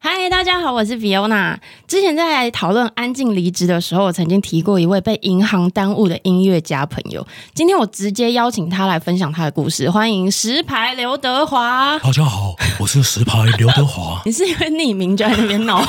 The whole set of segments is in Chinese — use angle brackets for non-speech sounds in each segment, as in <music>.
嗨，大家好，我是 Fiona。之前在讨论安静离职的时候，我曾经提过一位被银行耽误的音乐家朋友。今天我直接邀请他来分享他的故事，欢迎石牌刘德华。。大家好，我是石牌刘德华你是因为匿名就在那边闹。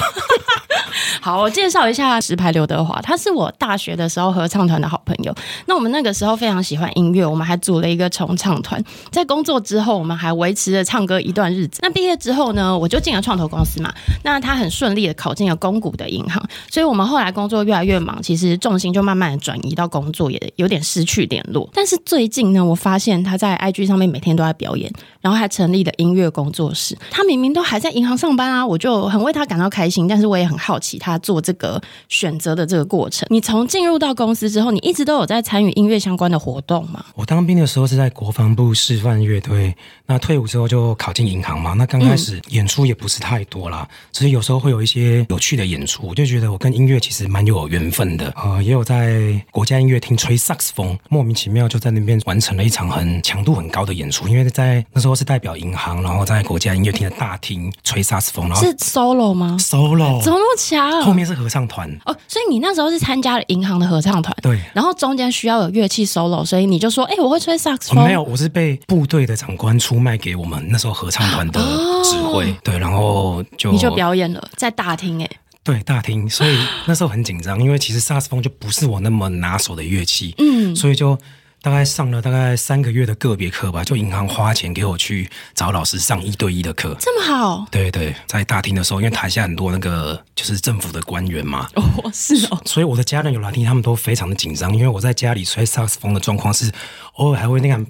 好，我介绍一下石牌刘德华，他是我大学的时候合唱团的好朋友。那我们那个时候非常喜欢音乐，我们还组了一个重唱团。在工作之后，我们还维持了唱歌一段日子。那毕业之后呢，我就进了创投公司嘛。那他很顺利的考进了公股的银行，所以我们后来工作越来越忙，其实重心就慢慢的转移到工作，也有点失去联络。但是最近呢，我发现他在 IG 上面每天都在表演，然后还成立了音乐工作室。他明明都还在银行上班啊，我就很为他感到开心，但是我也很好奇他做这个选择的这个过程。你从进入到公司之后，你一直都有在参与音乐相关的活动吗？ <laughs> 我当兵的时候是在国防部示范乐队，那退伍之后就考进银行嘛。那刚开始演出也不是太多啦，只是有时候会有一些有趣的演出，我就觉得我跟音乐其实蛮有缘分的。呃，也有在国家音乐厅吹萨克斯风，莫名其妙就在那边完成了一场很强度很高的演出，因为在那时候是代表银行，然后在国家音乐厅的大厅吹萨克斯风，然后是 solo 吗？怎 solo，么那么强？啊哦后面是合唱团。哦，所以你那时候是参加了银行的合唱团，对，然后中间需要有乐器 solo，所以你就说，哎、我会吹萨克斯哦风，没有，我是被部队的长官出卖给我们那时候合唱团的指挥，对，然后就哦你就表演了，在大厅哎、对大厅，所以那时候很紧张，因为其实萨克斯风就不是我那么拿手的乐器，嗯，所以就大概上了大概三个月的个别课吧，就银行花钱给我去找老师上一对一的课。这么好，对对，在大厅的时候，因为台下很多那个就是政府的官员嘛，哦，是 <laughs> 哦，所以我的家人有来听，他们都非常的紧张，因为我在家里吹萨克斯风的状况是偶尔还会那样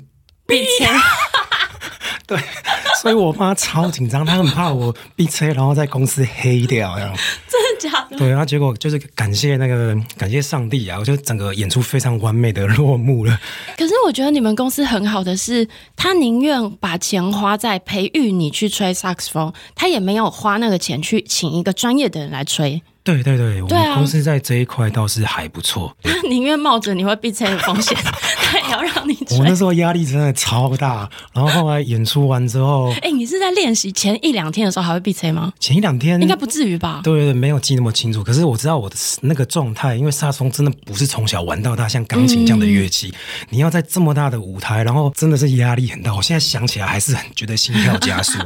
比前对，所以我妈超紧张，她很怕我逼车，然后在公司黑掉 <laughs> 这样。 <laughs> 真的假的？对，然后结果就是感谢那个感谢上帝啊，我觉得整个演出非常完美的落幕了。可是我觉得你们公司很好的是，他宁愿把钱花在培育你去吹萨克斯风，他也没有花那个钱去请一个专业的人来吹，对对对，我对啊们公司在这一块倒是还不 <laughs> 错。他宁愿冒着你会闭嘴的风 <laughs> 险，他也要让你我那吹。时候压力真的超大，然后后来演出完之后，哎、你是在练习前一两天的时候还会闭嘴吗？前一两天应该不至于吧？对对对，没有记那么清楚。可是我知道我的那个状态，因为萨克斯风真的不是从小玩到大，像钢琴这样的乐器，你要在这么大的舞台，然后真的是压力很大。我现在想起来还是很觉得心跳加速，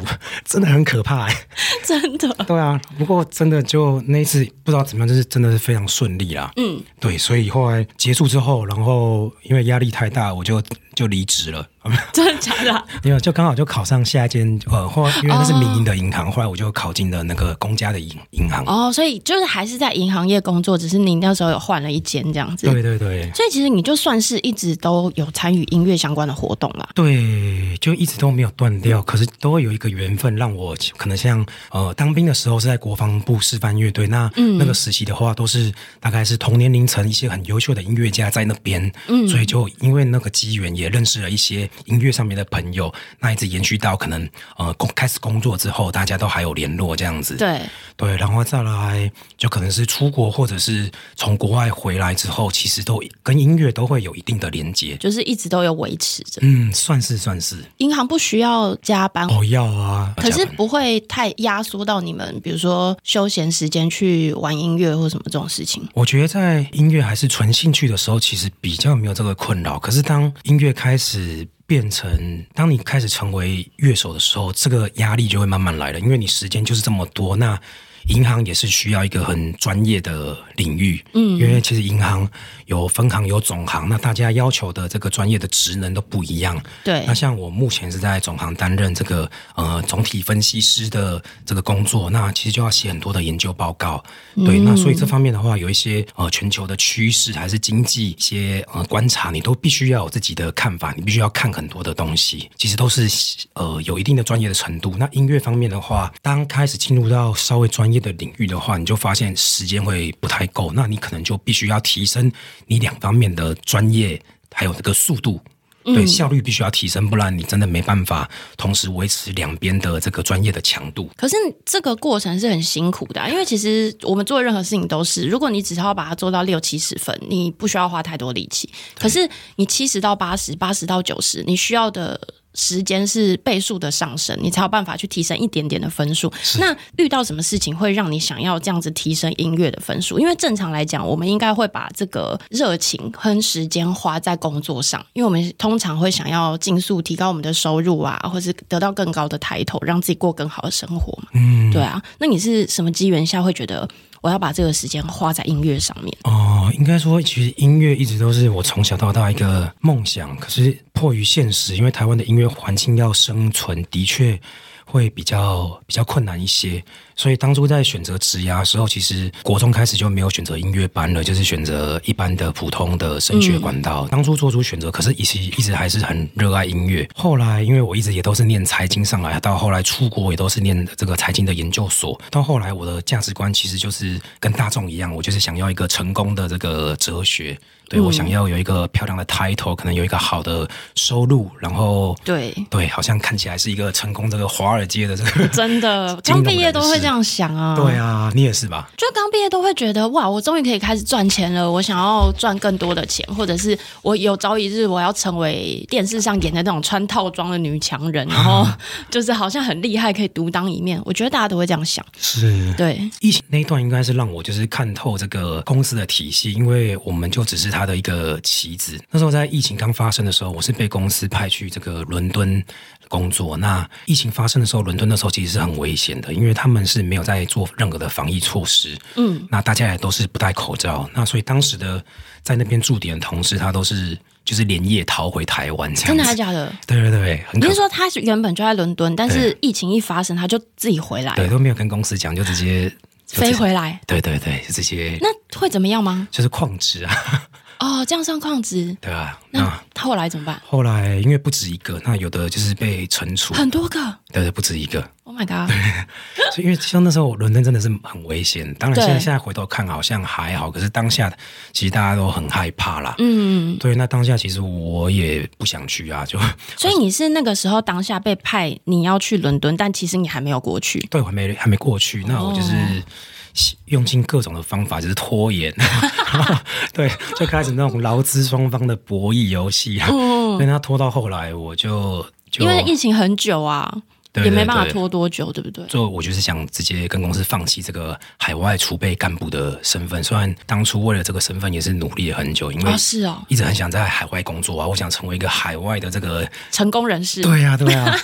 真的很可怕、欸。真的。对啊，不过真的就那一次不知道怎么样，就是真的是非常顺利啦。嗯，对，所以后来结束之后，然后因为压力太大，我就就离职了。 <laughs> 真的假的 <laughs> 啊、没有，就刚好就考上下一间呃，后来因为那是民营的银行，后来我就考进了那个公家的银银行。哦，所以就是还是在银行业工作，只是你那时候有换了一间这样子。对对对，所以其实你就算是一直都有参与音乐相关的活动啦。对，就一直都没有断掉，可是都会有一个缘分让我可能像呃当兵的时候是在国防部示范乐队，那、那个时期的话都是大概是同年龄层一些很优秀的音乐家在那边，所以就因为那个机缘也认识了一些音乐上面的朋友，那一直延续到可能呃工开始工作之后，大家都还有联络这样子。对，对，然后再来就可能是出国或者是从国外回来之后，其实都跟音乐都会有一定的连接。就是一直都有维持着。嗯，算是算是。银行不需要加班，哦，要啊，可是加班不会太压缩到你们，比如说休闲时间去玩音乐或什么这种事情。我觉得在音乐还是纯兴趣的时候，其实比较没有这个困扰。可是当音乐开始变成，当你开始成为乐手的时候，这个压力就会慢慢来了，因为你时间就是这么多。那银行也是需要一个很专业的领域，嗯，因为其实银行有分行有总行，那大家要求的这个专业的职能都不一样，对那，像我目前是在总行担任这个呃总体分析师的这个工作，那其实就要写很多的研究报告。对，那所以这方面的话，有一些呃全球的趋势还是经济一些呃观察，你都必须要有自己的看法，你必须要看很多的东西，其实都是呃有一定的专业的程度。那音乐方面的话，当开始进入到稍微专业的领域的话，你就发现时间会不太够，那你可能就必须要提升你两方面的专业还有这个速度。对，效率必须要提升，不然你真的没办法同时维持两边的这个专业的强度。可是这个过程是很辛苦的啊、因为其实我们做任何事情都是，如果你只是要把它做到六七十分，你不需要花太多力气。可是你七十到八十，八十到九十，你需要的时间是倍数的上升，你才有办法去提升一点点的分数。那遇到什么事情会让你想要这样子提升音乐的分数？因为正常来讲，我们应该会把这个热情和时间花在工作上，因为我们通常会想要尽速提高我们的收入啊，或是得到更高的抬头，让自己过更好的生活嘛。嗯，对啊。那你是什么机缘下会觉得我要把这个时间花在音乐上面？哦，应该说，其实音乐一直都是我从小到大一个梦想，可是迫于现实，因为台湾的音乐环境要生存，的确会比较比较困难一些。所以当初在选择职涯的时候，其实国中开始就没有选择音乐班了，就是选择一般的普通的升学管道。当初做出选择，可是一直一直还是很热爱音乐。后来因为我一直也都是念财经上来，到后来出国也都是念这个财经的研究所。到后来我的价值观其实就是跟大众一样，我就是想要一个成功的这个哲学。对我想要有一个漂亮的 title，可能有一个好的收入，然后对，对，好像看起来是一个成功这个华尔街的这 <laughs> 个 <laughs> 真的，金刚融人士毕业都会这样想啊。对啊，你也是吧？就刚毕业都会觉得哇，我终于可以开始赚钱了，我想要赚更多的钱，或者是我有朝一日我要成为电视上演的那种穿套装的女强人，然 <laughs> 后就是好像很厉害，可以独当一面。我觉得大家都会这样想，是。对，疫情那一段应该是让我就是看透这个公司的体系，因为我们就只是他的一个棋子。那时候在疫情刚发生的时候，我是被公司派去这个伦敦工作。那疫情发生的时候，伦敦那时候其实是很危险的，因为他们是没有在做任何的防疫措施。嗯，那大家也都是不戴口罩。那所以当时的在那边驻点的同事，他都是就是连夜逃回台湾这样真子。的还假的？对对对，很你可是说他原本就在伦敦，但是疫情一发生，他就自己回来对，都没有跟公司讲，就直接就直嗯飞回来？对对对，就这些，那会怎么样吗？就是旷职啊， <laughs> 哦，这样上矿职，对啊？那那他后来怎么办？后来因为不止一个，那有的就是被惩处，很多个对对，不止一个。 ，Oh my god！所以因为像那时候伦敦真的是很危险，当然对现在现在回头看好像还好，可是当下其实大家都很害怕啦。嗯，对，那当下其实我也不想去啊，就。所以你是那个时候当下被派你要去伦敦，但其实你还没有过去对我还没还没过哦去，那我就是用尽各种的方法，就是 <laughs> 拖延，对，就开始那种劳资双方的博弈游戏啊，跟他拖到后来，我就哦就因为疫情很久啊，对也没办法。对对拖多久，对不对？就我就是想直接跟公司放弃这个海外储备干部的身份，虽然当初为了这个身份也是努力了很久，因为哦，是哦，一直很想在海外工作啊，我想成为一个海外的这个成功人士。 <laughs> 对呀、对呀、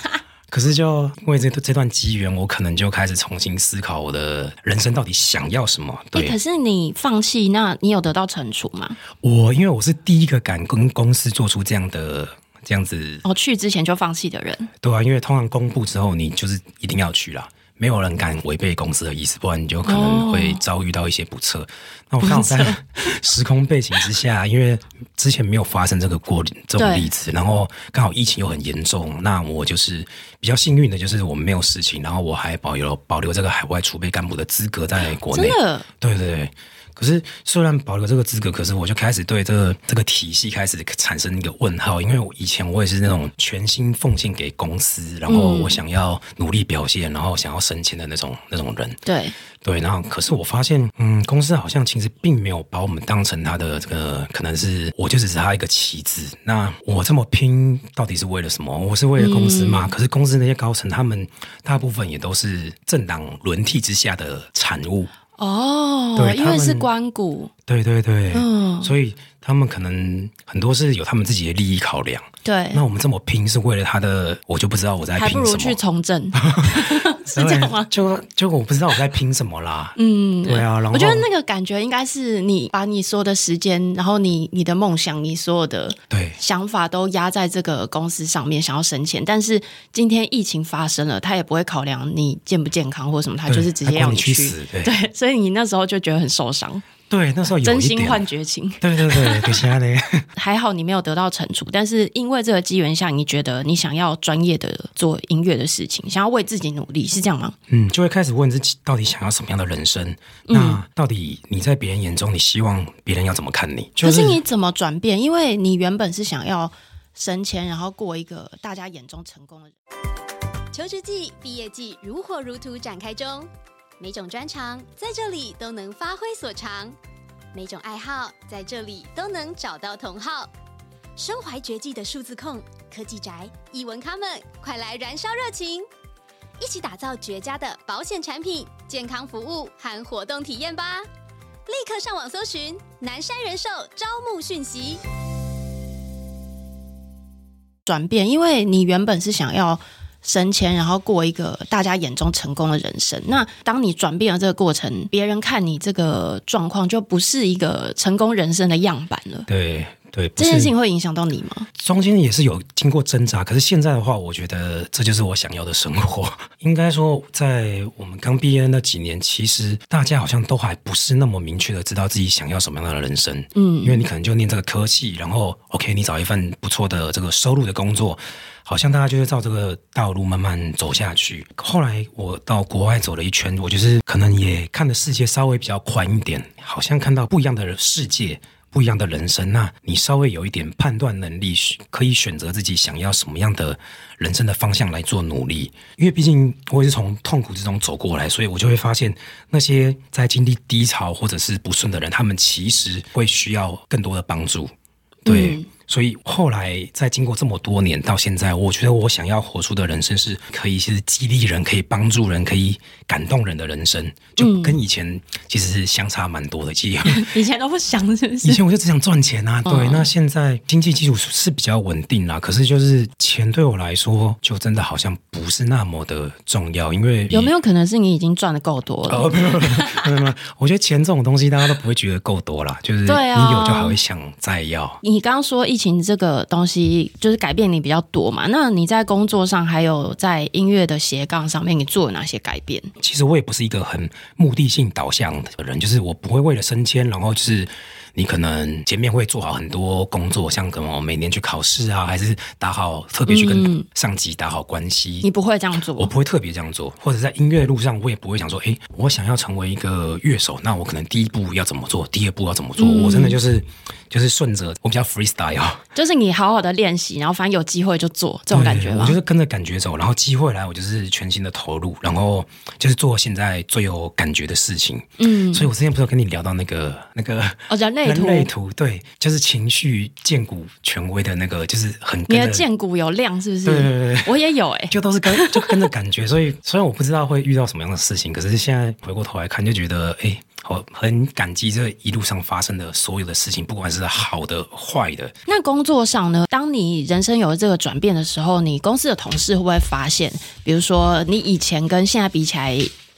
可是就因为这这段机缘，我可能就开始重新思考我的人生到底想要什么。诶对、可是你放弃，那你有得到惩处吗？我，因为我是第一个敢跟公司做出这样的这样子，哦，去之前就放弃的人，对啊，因为通常公布之后，你就是一定要去啦。没有人敢违背公司的意思，不然你就可哦能会遭遇到一些不测。那我刚好在 <laughs> 时空背景之下，因为之前没有发生这个过这种对例子，然后刚好疫情又很严重，那我就是比较幸运的，就是我们没有事情，然后我还保留保留这个海外储备干部的资格在国真内。的对对对。可是虽然保留这个资格，可是我就开始对这个这个体系开始产生一个问号，因为我以前我也是那种全心奉献给公司，然后我想要努力表现，然后想要升迁的那种那种人。对，对，然后可是我发现，嗯，公司好像其实并没有把我们当成他的这个，可能是我就嗯只是他一个棋子。那我这么拼到底是为了什么？我是为了公司吗？可是公司那些高层他们大部分也都是政党轮替之下的产物。哦，对因他为们是关谷，对对对，嗯所以他们可能很多是有他们自己的利益考量。对，那我们这么拼是为了他的，我就不知道我在嗯还拼不如什去么。从 <laughs> 政， <laughs> 是这样吗？就就我不知道我在拼什么啦。嗯，对啊，然后我觉得那个感觉应该是你把你所有的时间，然后你你的梦想，你所有的对想法都压在这个公司上面，想要省钱。但是今天疫情发生了，他也不会考量你健不健康或什么，他对啊就是直他接管要你去。死。对 <laughs> 对，所以你那时候就觉得很受伤，对，那时候有真一心点。换绝情。对对对， <laughs> 可惜他呢，还好你没有得到惩处，但是因为这个机缘下，你觉得你想要专业的做音乐的事情，想要为自己努力，是这样吗？嗯，就会开始问自己到底想要什么样的人生？嗯那到底你在别人眼中，你希望别人要怎么看你？就可是你怎么转变？因为你原本是想要升迁，然后过一个大家眼中成功的人。求职季、毕业季如火如荼展开中，每种专长在这里都能发挥所长，每种爱好在这里都能找到同好。身怀绝技的数字控、科技宅、艺文咖们，快来燃烧热情，一起打造绝佳的保险产品、健康服务和活动体验吧！立刻上网搜寻南山人寿招募讯息。转变，因为你原本是想要升迁，然后过一个大家眼中成功的人生。那当你转变了这个过程，别人看你这个状况，就不是一个成功人生的样板了。对对，不这是件事情会影响到你吗？中间也是有经过挣扎，可是现在的话，我觉得这就是我想要的生活。 <laughs> 应该说，在我们刚毕业那几年，其实大家好像都还不是那么明确的知道自己想要什么样的人生。嗯，因为你可能就念这个科系，然后 OK，你找一份不错的这个收入的工作，好像大家就是照这个道路慢慢走下去。后来我到国外走了一圈，我就是可能也看的世界稍微比较宽一点，好像看到不一样的世界。不一样的人生，那你稍微有一点判断能力，可以选择自己想要什么样的人生的方向来做努力。因为毕竟我也是从痛苦之中走过来，所以我就会发现那些在经历低潮或者是不顺的人，他们其实会需要更多的帮助。对，所以后来在经过这么多年到现在，我觉得我想要活出的人生是可以是激励人、可以帮助人、可以感动人的人生，就跟以前其实是相差蛮多的。其实 <laughs> 以前都不想，是不以是？前我就只想赚钱啊，对。那现在经济基础是比较稳定啦，可是就是钱对我来说，就真的好像不是那么的重要，因为有没有可能是你已经赚的够多了？哦，没有没有没有没有，我觉得钱这种东西大家都不会觉得够多啦，就是你对啊有就还会想再要。你刚刚说疫情这个东西就是改变你比较多嘛？那你在工作上还有在音乐的斜杠上面，你做了哪些改变？其实我也不是一个很目的性导向的人，就是我不会为了升迁，然后就是你可能前面会做好很多工作，像可能我每年去考试啊，还是打好特别去跟上级打好关系。你不会这样做，我不会特别这样做，或者在音乐路上，我也不会想说，诶，我想要成为一个乐手，那我可能第一步要怎么做，第二步要怎么做，嗯我真的就是就是顺着我比较 freestyle 啊就是你好好的练习，然后反正有机会就做这种感觉对吗我就？是跟着感觉走，然后机会来，我就是全心的投入，然后就是做现在最有感觉的事情。嗯，所以我之前不是有跟你聊到那个那个哦，人类人图，类图，对，就是情绪见骨权威的那个，就是很你跟的着剑骨有亮是不是？对对对对我也有哎、就都是跟 <laughs> 就跟着感觉，所以虽然我不知道会遇到什么样的事情，可是现在回过头来看，就觉得哎，我很感激这一路上发生的所有的事情，不管是好的坏的，那工作上呢？当你人生有这个转变的时候，你公司的同事会不会发现，比如说你以前跟现在比起来，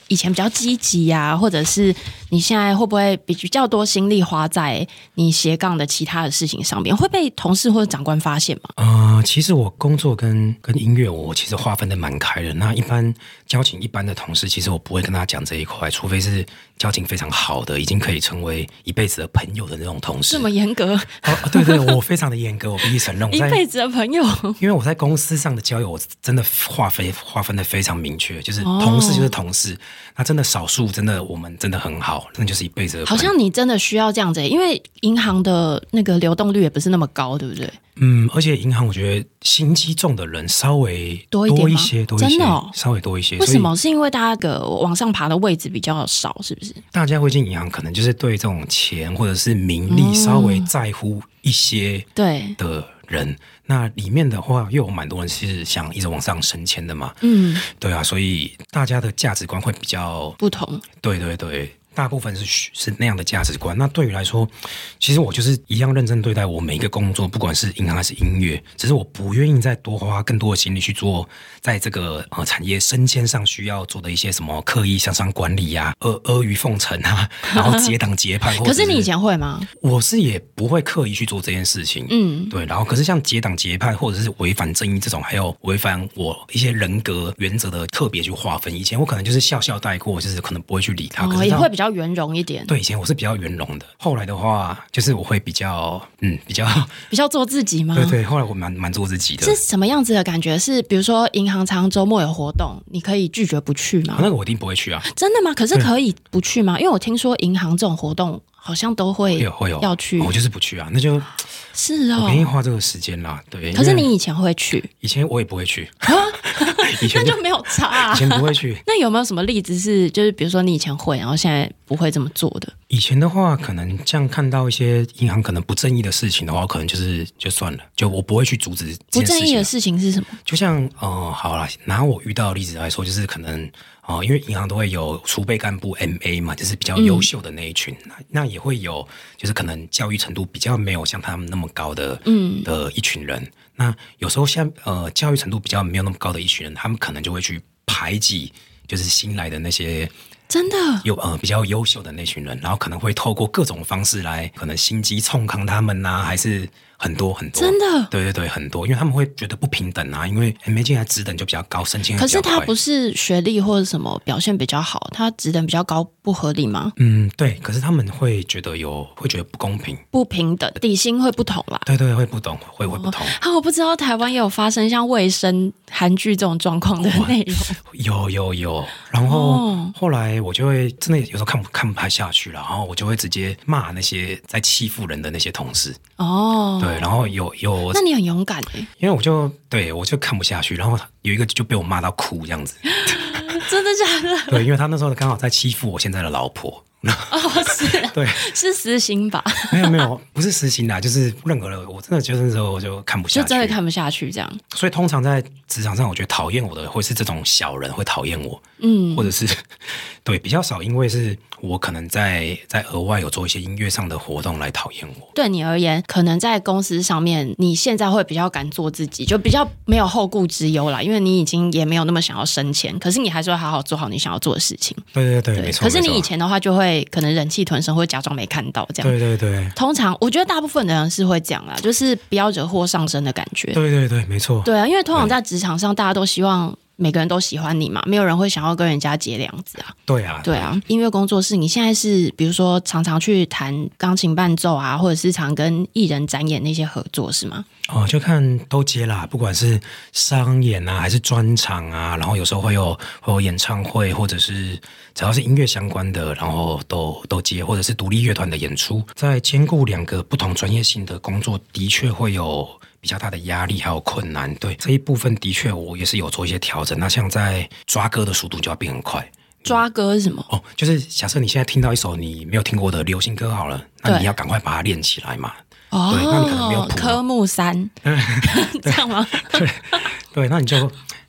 以前比较积极呀、或者是你现在会不会比比较多心力花在你斜杠的其他的事情上面，会被同事或者长官发现吗？呃，其实我工作跟跟音乐，我其实划分的蛮开的。那一般交情一般的同事，其实我不会跟他讲这一块，除非是交情非常好的，已经可以成为一辈子的朋友的那种同事。这么严格，哦，对对，我非常的严格，我必须承认。我 <laughs> 一在辈子的朋友，因为我在公司上的交友，我真的划分划分的非常明确，就是哦同事就是同事，那真的少数真的我们真的很好，真的就是一辈子的好朋友。像你真的需要这样子、欸，因为银行的那个流动率也不是那么高，对不对？嗯，而且银行我觉得心机重的人稍微多一点吗多一些，多一些，真的哦稍微多一些。为所以什么？是因为大家的往上爬的位置比较少，是不是？大家会进银行，可能就是对这种钱或者是名哦利稍微在乎一些对，的人。那里面的话，又有蛮多人是想一直往上升迁的嘛，嗯，对啊，所以大家的价值观会比较，不同。对对对。大部分是需是那样的价值观。那对于来说，其实我就是一样认真对待我每一个工作，不管是银行还是音乐，只是我不愿意再多花更多的心力去做在这个呃产业升迁上需要做的一些什么刻意向上管理呀、阿阿谀奉承啊，然后结党结派。<laughs> 或可者是你以前会吗？我是也不会刻意去做这件事情，嗯对。然后，可是像结党结派或者是违反正义这种，还有违反我一些人格原则的特别去划分，以前我可能就是笑笑带过，就是可能不会去理他。可哦，是也到会比较圆融一点，对，以前我是比较圆融的，后来的话就是我会比较嗯比较比较做自己吗？ <laughs> 对对，后来我蛮蛮做自己的嗯是。什么样子的感觉？是比如说银行常周末有活动，你可以拒绝不去吗那？个我一定不会去啊，真的吗？可是可以不去吗？因为我听说银行这种活动好像都会会有会有要去，我就是不去啊，那就是我哦不。愿意花这个时间啦。对，可是因为你以前会 <laughs> 去，以前我也不会去， <laughs> 以那前就没有差、以啊。前不会去， <laughs> 那有没有什么例子是，就是比如说你以前会，然后现在不会这么做的？以前的话，可能像看到一些银行可能不正义的事情的话，可能就是就算了，就我不会去阻止这不正件事义情的啊。事情是什么？就像呃，好啦，拿我遇到的例子来说，就是可能啊、呃因为银行都会有储备干部 MA 嘛，就是比较优秀的那一群，那那也会有就是可能教育程度比较没有像他们那么高的嗯的一群人。那有时候像呃教育程度比较没有那么高的一群人，他们可能就会去排挤就是新来的那些真的有呃比较优秀的那群人，然后可能会透过各种方式来可能心机冲康他们呐、还是很多很多。真的。对对对，很多，因为他们会觉得不平等啊，因为 M A 进来职等就比较高，升迁也可比是较他快。不是学历或者什么表现比较好，他职等比较高，不合理吗？嗯，对，可是他们会觉得有，会觉得不公平，不平等，底薪会不同啦。对对，会不懂，会会不同，啊，我不知道台湾也有发生像卫生韩剧这种状况的内容。有有有。然后、哦后来我就会真的有时候看不看不太下去了，然后我就会直接骂那些在欺负人的那些同事，哦，对，，然后有有那你很勇敢欸诶、因为我就对我就看不下去，然后有一个就被我骂到哭这 <laughs> 样子。真的假的？对，因为他那时候刚好在欺负我现在的老婆。哦，是啊 <laughs> 对，是私心吧？没有没有，不是实行啦，啊就是任何的，我真的就是那时候我就看不下 <laughs> 就去，真的看不下去这样。所以通常在职场上，我觉得讨厌我的会是这种小人会讨厌我，嗯或，者是 <laughs> 对比较少，因为是我可能在在额外有做一些音乐上的活动来讨厌我。对你而言，可能在公司上面，你现在会比较敢做自己，就比较没有后顾之忧啦，因为你已经也没有那么想要升迁，可是你还是会好好做好你想要做的事情。对对对，没错。可是你没错以前的话，就会可能忍气吞声，或假装没看到这样。对对对通常我觉得大部分的人是会这样啦，就是不要惹祸上身的感觉。对对对，没错。对啊，因为通常在职场上，大家都希望每个人都喜欢你嘛，没有人会想要跟人家结梁子啊。对啊，对啊，音乐工作室，你现在是比如说常常去弹钢琴伴奏啊，或者是常跟艺人展演那些合作是吗？哦，就看都接啦，不管是商演啊，还是专场啊，然后有时候会有会有演唱会，或者是只要是音乐相关的，然后都都接，或者是独立乐团的演出，在兼顾两个不同专业性的工作，的确会有。比较大的压力还有困难，对这一部分的确我也是有做一些调整。那像在抓歌的速度就要变很快抓歌是什么？哦，就是假设你现在听到一首你没有听过的流行歌好了，那你对要赶快把它练起来嘛。对那你可能没有哦，谱啊科目 <laughs> 三，这样吗？对，那你就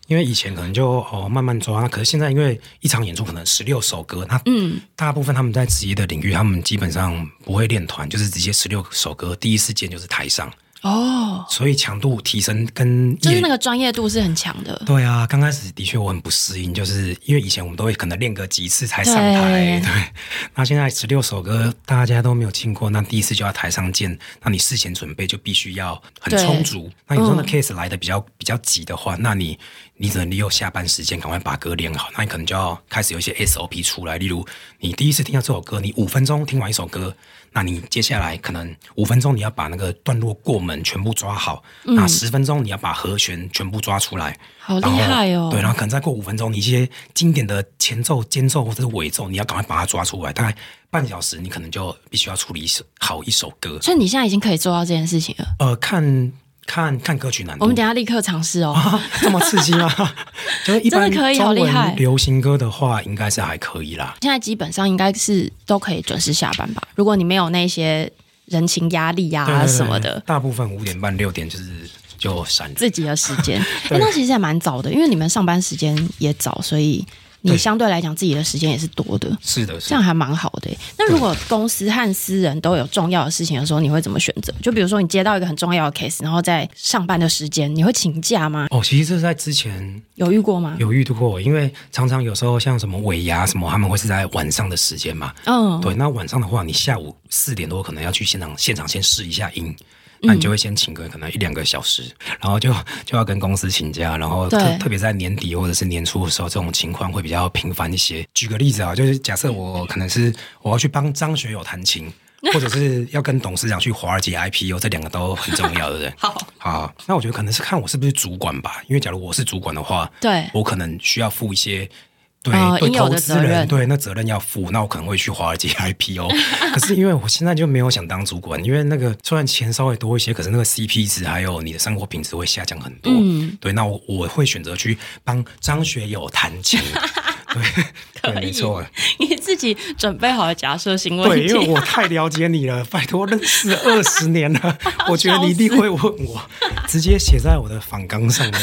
因为以前可能就哦慢慢抓，可是现在因为一场演出可能十六首歌，那嗯，大部分他们在职业的领域，他们基本上不会练团，就是直接十六首歌，第一时间就是台上， <laughs> 哦，所以强度提升跟就是业那个专业度是很强的。对啊，刚开始的确我很不适应，就是因为以前我们都会可能练个几次才上对台，对。那现在十六首歌大家都没有听过，那第一次就要台上见，那你事前准备就必须要很对充足。那有时候呢嗯 case 来的比较比较急的话，那你你只能利用下班时间赶快把歌练好，那你可能就要开始有一些 SOP 出来，例如你第一次听到这首歌，你五分钟听完一首歌。那你接下来可能五分钟你要把那个段落过门全部抓好，嗯那十分钟你要把和弦全部抓出来，好厉然后害哦！对，然后可能再过五分钟，你一些经典的前奏、间奏或者是尾奏，你要赶快把它抓出来。大概半小时，你可能就必须要处理一首好一首 <laughs> 歌。所以你现在已经可以做到这件事情了。呃，看看看歌曲难 <laughs> 度，我们等一下立刻尝试哦。嗯啊这么刺激吗？ <laughs> 就是一般真的可以好啊 <laughs> 中厉害文流行歌的话，应该是还可以啦。现在基本上应该是都可以准时下班吧？如果你没有那些人情压力呀、对对对啊什么的，大部分五点半六点就是就闪。自己的时 <laughs> 间，诶那其实也蛮早的，因为你们上班时间也早，所以你对相对来讲自己的时间也是多的，是的，是这的样还蛮好的、诶那如果公司和私人都有重要的事情的时候，你会怎么选择？就比如说你接到一个很重要的 case，然后在上班的时间，你会请假吗？哦，其实这是在之前有遇过吗？有遇到过，因为常常有时候像什么尾牙什么，他们会是在晚上的时间嘛，嗯，对，那晚上的话，你下午四点多可能要去现场现场先试一下音，那你就会先请个可能一两个小时，然后就就要跟公司请假，然后对特特别在年底或者是年初的时候，这种情况会比较频繁一些。举个例子啊，就是假设我可能是我要去帮张学友 <laughs> 弹琴。或者是要跟董事长去华尔街 IPO，这两个都很重要，对不对？ <laughs> 好，好，那我觉得可能是看我是不是主管吧，因为假如我是主管的话，对我可能需要负一些对、呃对，应有投的资责人任对那责任要负，那我可能会去华尔街 <laughs> IPO。可是因为我现在就没有想当主管，因为那个虽然钱稍微多一些，可是那个 CP 值还有你的生活品质会下降很多。嗯对，那我我会选择去帮张学友弹 <laughs> 琴。对，可对，以没错， <laughs> 你自己准备好了假设性问对，题，因为我太了解你了，拜托，认识二十年 <laughs> 了，我觉得你一定会问我，直接写在我的访纲上面。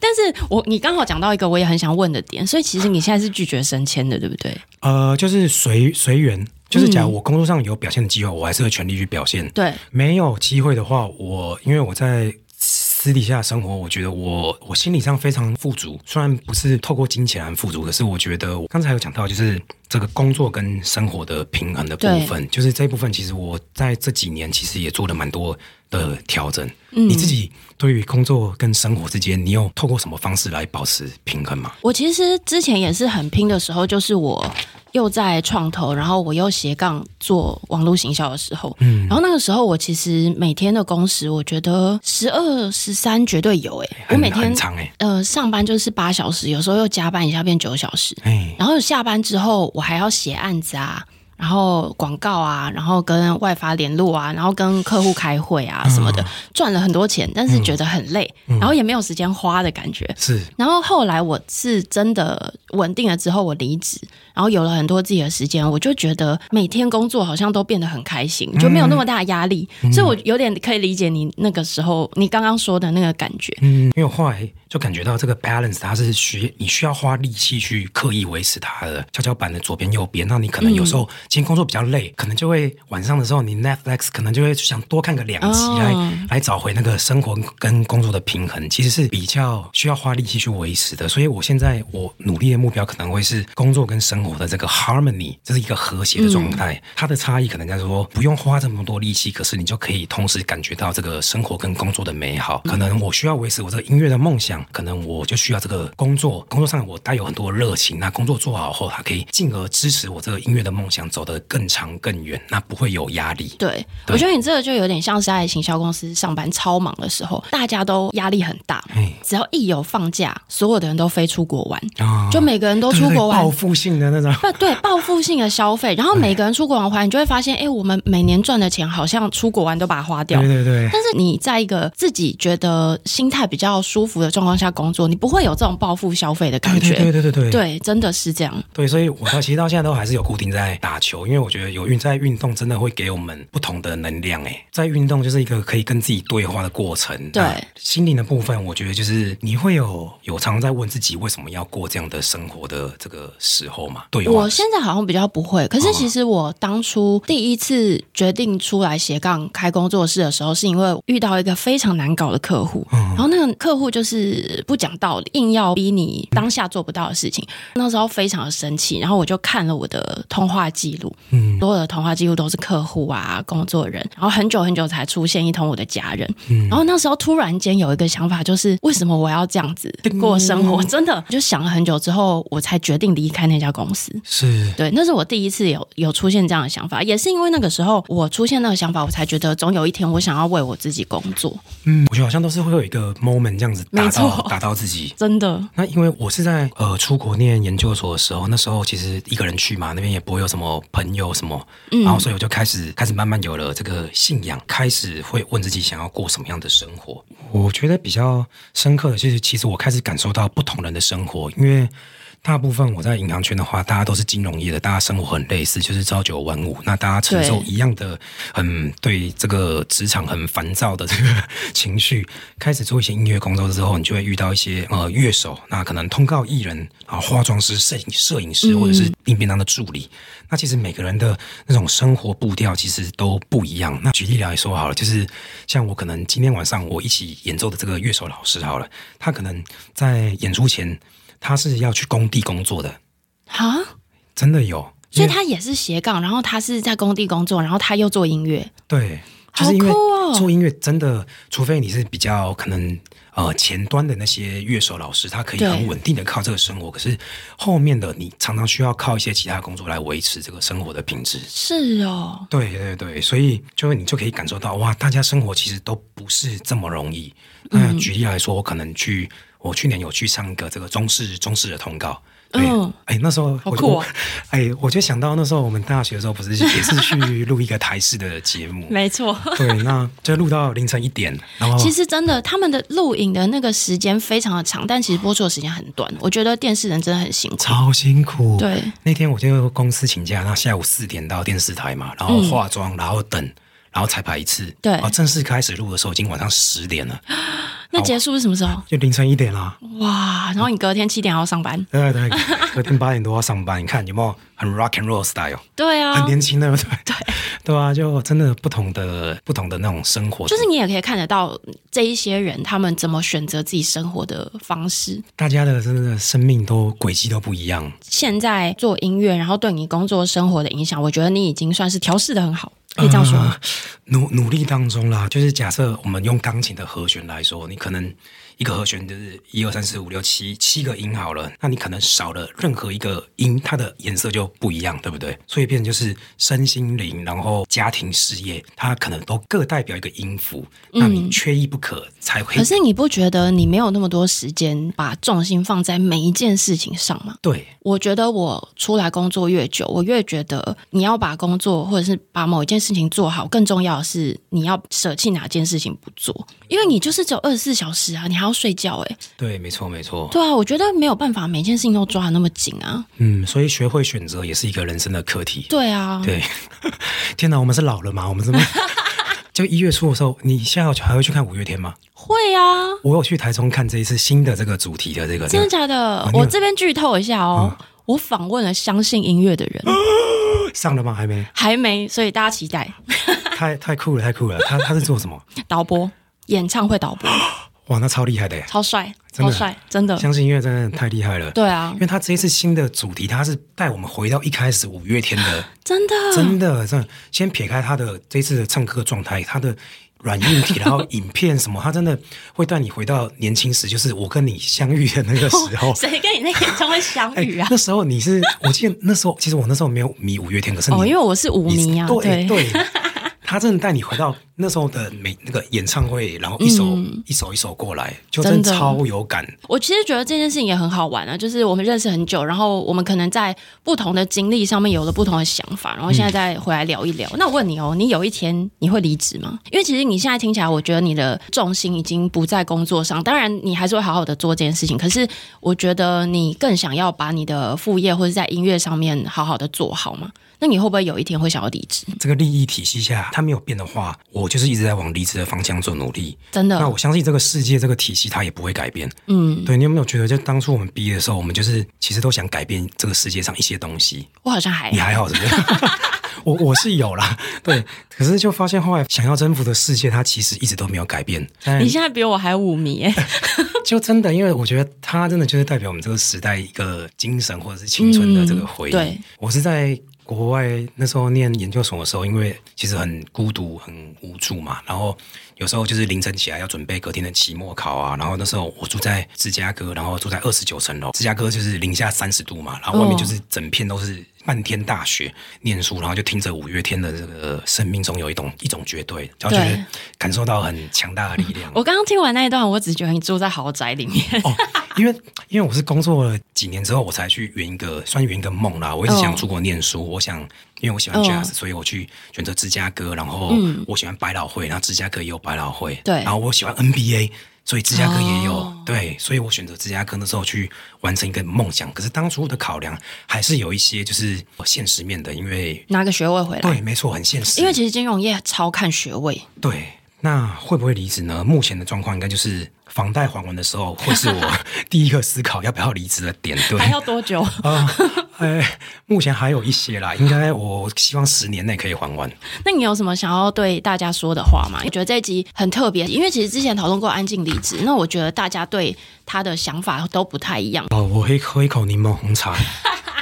但是我你刚好讲到一个我也很想问的点，所以其实你现在是拒绝升迁的，对不对？呃，就是随随缘，就是假嗯如我工作上有表现的机会，我还是会全力去表现。对，没有机会的话，我因为我在。私底下生活，我觉得我我心理上非常富足，虽然不是透过金钱来富足，可是我觉得我刚才有讲到，就是这个工作跟生活的平衡的部分，就是这一部分，其实我在这几年其实也做了蛮多的调整。嗯你自己对于工作跟生活之间，你有透过什么方式来保持平衡吗？我其实之前也是很拼的时候，就是我又在创投，然后我又斜杠做网络行销的时候，嗯，然后那个时候我其实每天的工时，我觉得十二十三绝对有、欸，我很每天很长哎、呃上班就是八小时，有时候又加班一下变九小时，欸、哎、然后下班之后我还要写案子啊。然后广告啊，然后跟外发联络啊，然后跟客户开会啊什么的，赚了很多钱，但是觉得很累，然后也没有时间花的感觉。是然后后来我是真的稳定了之后，我离职，然后有了很多自己的时间，我就觉得每天工作好像都变得很开心，就没有那么大的压力，所以我有点可以理解你那个时候你刚刚说的那个感觉。嗯，因为我后来就感觉到这个 balance 它是需你需要花力气去刻意维持它的跷跷板的左边右边。那你可能有时候今天工作比较累，可能就会晚上的时候你 Netflix 可能就会想多看个两集哦来、来找回那个生活跟工作的平衡，其实是比较需要花力气去维持的。所以我现在我努力的目标可能会是工作跟生活的这个 harmony，这是一个和谐的状态。它的差异可能在说不用花这么多力气，可是你就可以同时感觉到这个生活跟工作的美好。可能我需要维持我这个音乐的梦想，可能我就需要这个工作，工作上我带有很多热情。那工作做好后，它可以进而支持我这个音乐的梦想走得更长更远，那不会有压力。对，对我觉得你这个就有点像是在行销公司上班超忙的时候，大家都压力很大，哎只要一有放假，所有的人都飞出国玩，啊就每个人都对出对国玩，报复性的那 <laughs> 种。不对，报复性的消费，然后每个人出国玩回来，你就会发现，哎、我们每年赚的钱好像出国玩都把它花掉。对对对，但是你在一个自己觉得心态比较舒服的状况下工作，你不会有这种报复消费的感觉。对对对对对对真的是这样。对，所以我到其实到现在都还是有固定在打球，因为我觉得有运在运动真的会给我们不同的能量诶，在运动就是一个可以跟自己对话的过程。对那心灵的部分，我觉得就是你会有有常常在问自己为什么要过这样的生活的这个时候嘛？对话我现在好像比较不会，可是其实我当初第一次决定出来斜杠开工作室的时候，是因为遇到一个非常难搞的客户，然后那个客户就是不讲道理，硬要逼你当下做不到的事情。那时候非常的生气，然后我就看了我的通话记录，嗯所有的通话记录都是客户啊、工作人，然后很久很久才出现一通我的家人。然后那时候突然间有一个想法，就是为什么我要这样子过生活？真的就想了很久之后，我才决定离开那家公司。是对，那是我第一次有有出现这样的想法，也是因为那个时候我出现那个想法，我才觉得总有一天我想要为我自己工作。嗯，我觉得好像都是会有一个 moment 这样子打没到错打到自己。真的，那因为我是在呃出国念研究所的时候，那时候其实一个人去嘛，那边也不会有什么朋友什么，然后所以我就开始开始慢慢有了这个信仰，开始会问自己想要过什么样的生活。我觉得比较深刻的就是，其实我开始感受到不同人的生活，因为。大部分我在银行圈的话，大家都是金融业的，大家生活很类似，就是朝九晚五，那大家承受对一样的很对这个职场很烦躁的这个情绪，开始做一些音乐工作之后，你就会遇到一些呃乐手，那可能通告艺人啊、化妆师、摄影摄影师，或者是订便当的助理。那其实每个人的那种生活步调其实都不一样。那举例来说好了，就是像我可能今天晚上我一起演奏的这个乐手老师好了，他可能在演出前他是要去工地工作的，哈，真的有。所以因为他也是斜杠，然后他是在工地工作，然后他又做音乐，对，就好是因为酷哦做音乐真的，除非你是比较可能呃前端的那些乐手老师，他可以对很稳定的靠这个生活，可是后面的你常常需要靠一些其他工作来维持这个生活的品质。是哦，对对对，所以就你就可以嗯感受到哇，大家生活其实都不是这么容易。那举例来说，我可能去我去年有去上一个这个中式中式的通告。对，哎、嗯那时候好我酷哦我哎、我就想到那时候我们大学的时候，不是也是去录一个台式的节目，没错。 <laughs> 对，那就录到凌晨一点，然后其实真的，他们的录影的那个时间非常的长，但其实播出的时间很短。我觉得电视人真的很辛苦。超辛苦。对，那天我就公司请假，那下午四点到电视台嘛，然后化妆，然后等，然后彩排一次。嗯对然后正式开始录的时候已经晚上十点了，那结束是什么时候？就凌晨一点啦。哇！然后你隔天七点还要上班。<laughs> 对对，隔天八点多要上班，你看有没有很 rock and roll style，对啊很，年轻，对不对？对，对啊，就真的不同的不同的那种生活，就是你也可以看得到这一些人他们怎么选择自己生活的方式。大家的真的生命都轨迹都不一样。现在做音乐，然后对你工作生活的影响，我觉得你已经算是调试的很好，可以这样说嗯吗？呃努努力当中啦，就是假设我们用钢琴的和弦来说，你可能一个和弦就是一二三四五六七七个音好了，那你可能少了任何一个音，它的颜色就不一样，对不对？所以变成就是身心灵，然后家庭事业，它可能都各代表一个音符，那你缺一不可才嗯会可。是你不觉得你没有那么多时间把重心放在每一件事情上吗？对，我觉得我出来工作越久，我越觉得你要把工作或者是把某一件事情做好，更重要的是你要舍弃哪件事情不做，因为你就是只有二十四小时啊，你还要睡觉诶、对，没错，没错。对啊，我觉得没有办法每件事情都抓的那么紧啊。嗯，所以学会选择也是一个人生的课题。对啊，对， <laughs> 天哪，我们是老了吗？我们怎 <laughs> 么？就一月初的时候，你下午还会去看五月天吗？会啊，我有去台中看这一次新的这个主题的这个，真的假的？你有啊我这边剧透一下哦，我访问了相信音乐的人，上了吗？还没，还没，所以大家期待太太酷了，太酷了！他他是做 <laughs> 什么？导播演唱会导播， <gasps> 哇，那超厉害的耶！超帅，真超的帅，真的，相信音乐真的太厉害了。对啊因，为他这一次新的主题，他是带我们回到一开始五月天 <laughs> 的，真的，。真的，真的，先撇开他的这一次的唱歌状态，他的软硬体，然后影片什么，他真的会带你回到年轻时，就是我跟你相遇的那个时候 <laughs> 谁跟你在演唱会相哎遇啊？那时候你是， <laughs> 我记得那时候，其实我那时候没有迷五月天，可是你哦，因为我是舞迷啊，对对 <laughs> 对，他真的带你回到那时候的每那个演唱会，然后一首、一首一首过来，就真嗯真的的超有感。我其实觉得这件事情也很好玩啊，就是我们认识很久，然后我们可能在不同的经历上面有了不同的想法，然后嗯现在再回来聊一聊。那我问你哦，你有一天你会离职吗？因为其实你现在听起来，我觉得你的重心已经不在工作上，当然你还是会好好的做这件事情，可是我觉得你更想要把你的副业或者在音乐上面好好的做好嘛。那你会不会有一天会想要离职？这个利益体系下，它没有变的话，我就是一直在往离职的方向做努力。真的那我相信这个世界这个体系它也不会改变。嗯，对你有没有觉得，就当初我们毕业的时候，我们就是其实都想改变这个世界上一些东西？我好像还你还好是不是？ <laughs> 我我是有啦，对，可是就发现后来想要征服的世界，它其实一直都没有改变。但你现在比我还舞迷、欸，就真的，因为我觉得它真的就是代表我们这个时代一个精神或者是青春的这个回嗯忆。对我是在国外那时候念研究所的时候，因为其实很孤独、很无助嘛，然后有时候就是凌晨起来要准备隔天的期末考啊，然后那时候我住在芝加哥，然后住在二十九层楼，芝加哥就是零下三十度嘛，然后外面哦就是整片都是。漫天大雪，念书，然后就听着五月天的这个生命中有一种一种绝对，然后就对哦是感受到很强大的力量。 <laughs> 我刚刚听完那一段，我只觉得你住在豪宅里面。哦，因为因为我是工作了几年之后，我才去圆一个算圆一个梦啦。我一直哦想出国念书，我想因为我喜欢嗯 jazz，、所以我去选择芝加哥，然后我喜欢百老汇，然后芝加哥也有百老汇，对然后我喜欢 NBA。所以芝加哥也有、哦对，所以我选择芝加哥那时候去完成一个梦想。可是当初的考量还是有一些就是现实面的，因为拿个学位回来。对，没错，很现实。因为其实金融业超看学位，对，那会不会离职呢？目前的状况应该就是房贷还完的时候，会是 <laughs> 我第一个思考要不要离职的点。对，还要多久？ <laughs> 啊，哎、目前还有一些啦，应该我希望十年内可以还完。那你有什么想要对大家说的话吗？我觉得这一集很特别，因为其实之前讨论过安静离职，那我觉得大家对他的想法都不太一样。哦，我可以喝一口柠檬红茶。 <laughs>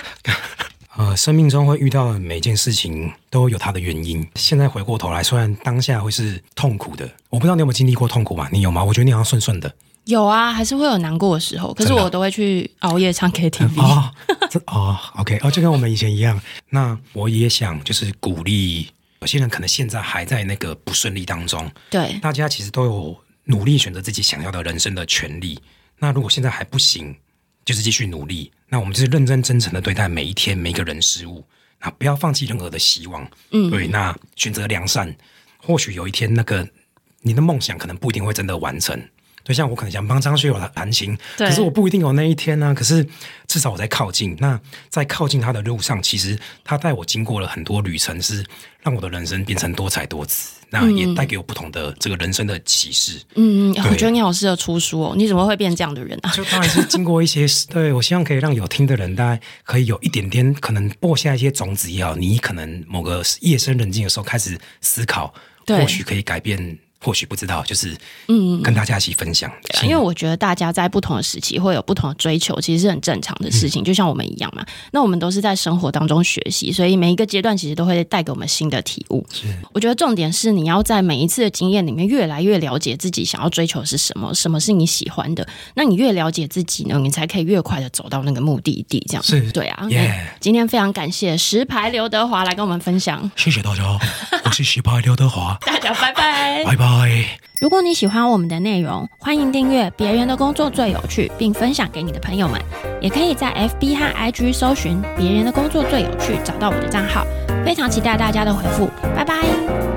呃，生命中会遇到的每件事情都有它的原因。现在回过头来，虽然当下会是痛苦的，我不知道你有没有经历过痛苦嘛？你有吗？我觉得你好像顺顺的。有啊，还是会有难过的时候，可是真的啊我都会去熬夜唱 KTV。哦，这哦，OK，哦，就跟我们以前一样。那我也想就是鼓励有些人，可能现在还在那个不顺利当中，对，大家其实都有努力选择自己想要的人生的权利。那如果现在还不行，就是继续努力。那我们就是认真真诚的对待每一天每一个人事物，那不要放弃任何的希望。嗯对，那选择良善，或许有一天那个你的梦想可能不一定会真的完成。对，像我可能想帮张学友弹琴，对可是我不一定有那一天啊呢、可是至少我在靠近。那在靠近他的路上，其实他带我经过了很多旅程，是让我的人生变成多彩多姿。那也带给我不同的这个人生的启示。嗯，我对觉得你好适合出书哦，你怎么会变这样的人啊？ <laughs> 就当然是经过一些，对我希望可以让有听的人，大概可以有一点点可能播下一些种子也好。你可能某个夜深人静的时候开始思考，对或许可以改变，或许不知道，就是嗯，跟大家一起分享。对啊因为我觉得大家在不同的时期会有不同的追求，其实是很正常的嗯事情，就像我们一样嘛。那我们都是在生活当中学习，所以每一个阶段其实都会带给我们新的体悟。我觉得重点是你要在每一次的经验里面越来越了解自己想要追求的是什么，什么是你喜欢的。那你越了解自己呢，你才可以越快的走到那个目的地。这样是对啊。耶那今天非常感谢石牌刘德华来跟我们分享，，谢谢大家，我是石牌刘德华 <laughs> 大家拜 <laughs> 拜。拜拜。如果你喜欢我们的内容，欢迎订阅《别人的工作最有趣》，并分享给你的朋友们。也可以在 FB 和 IG 搜寻“别人的工作最有趣”，找到我的账号。非常期待大家的回复，拜拜。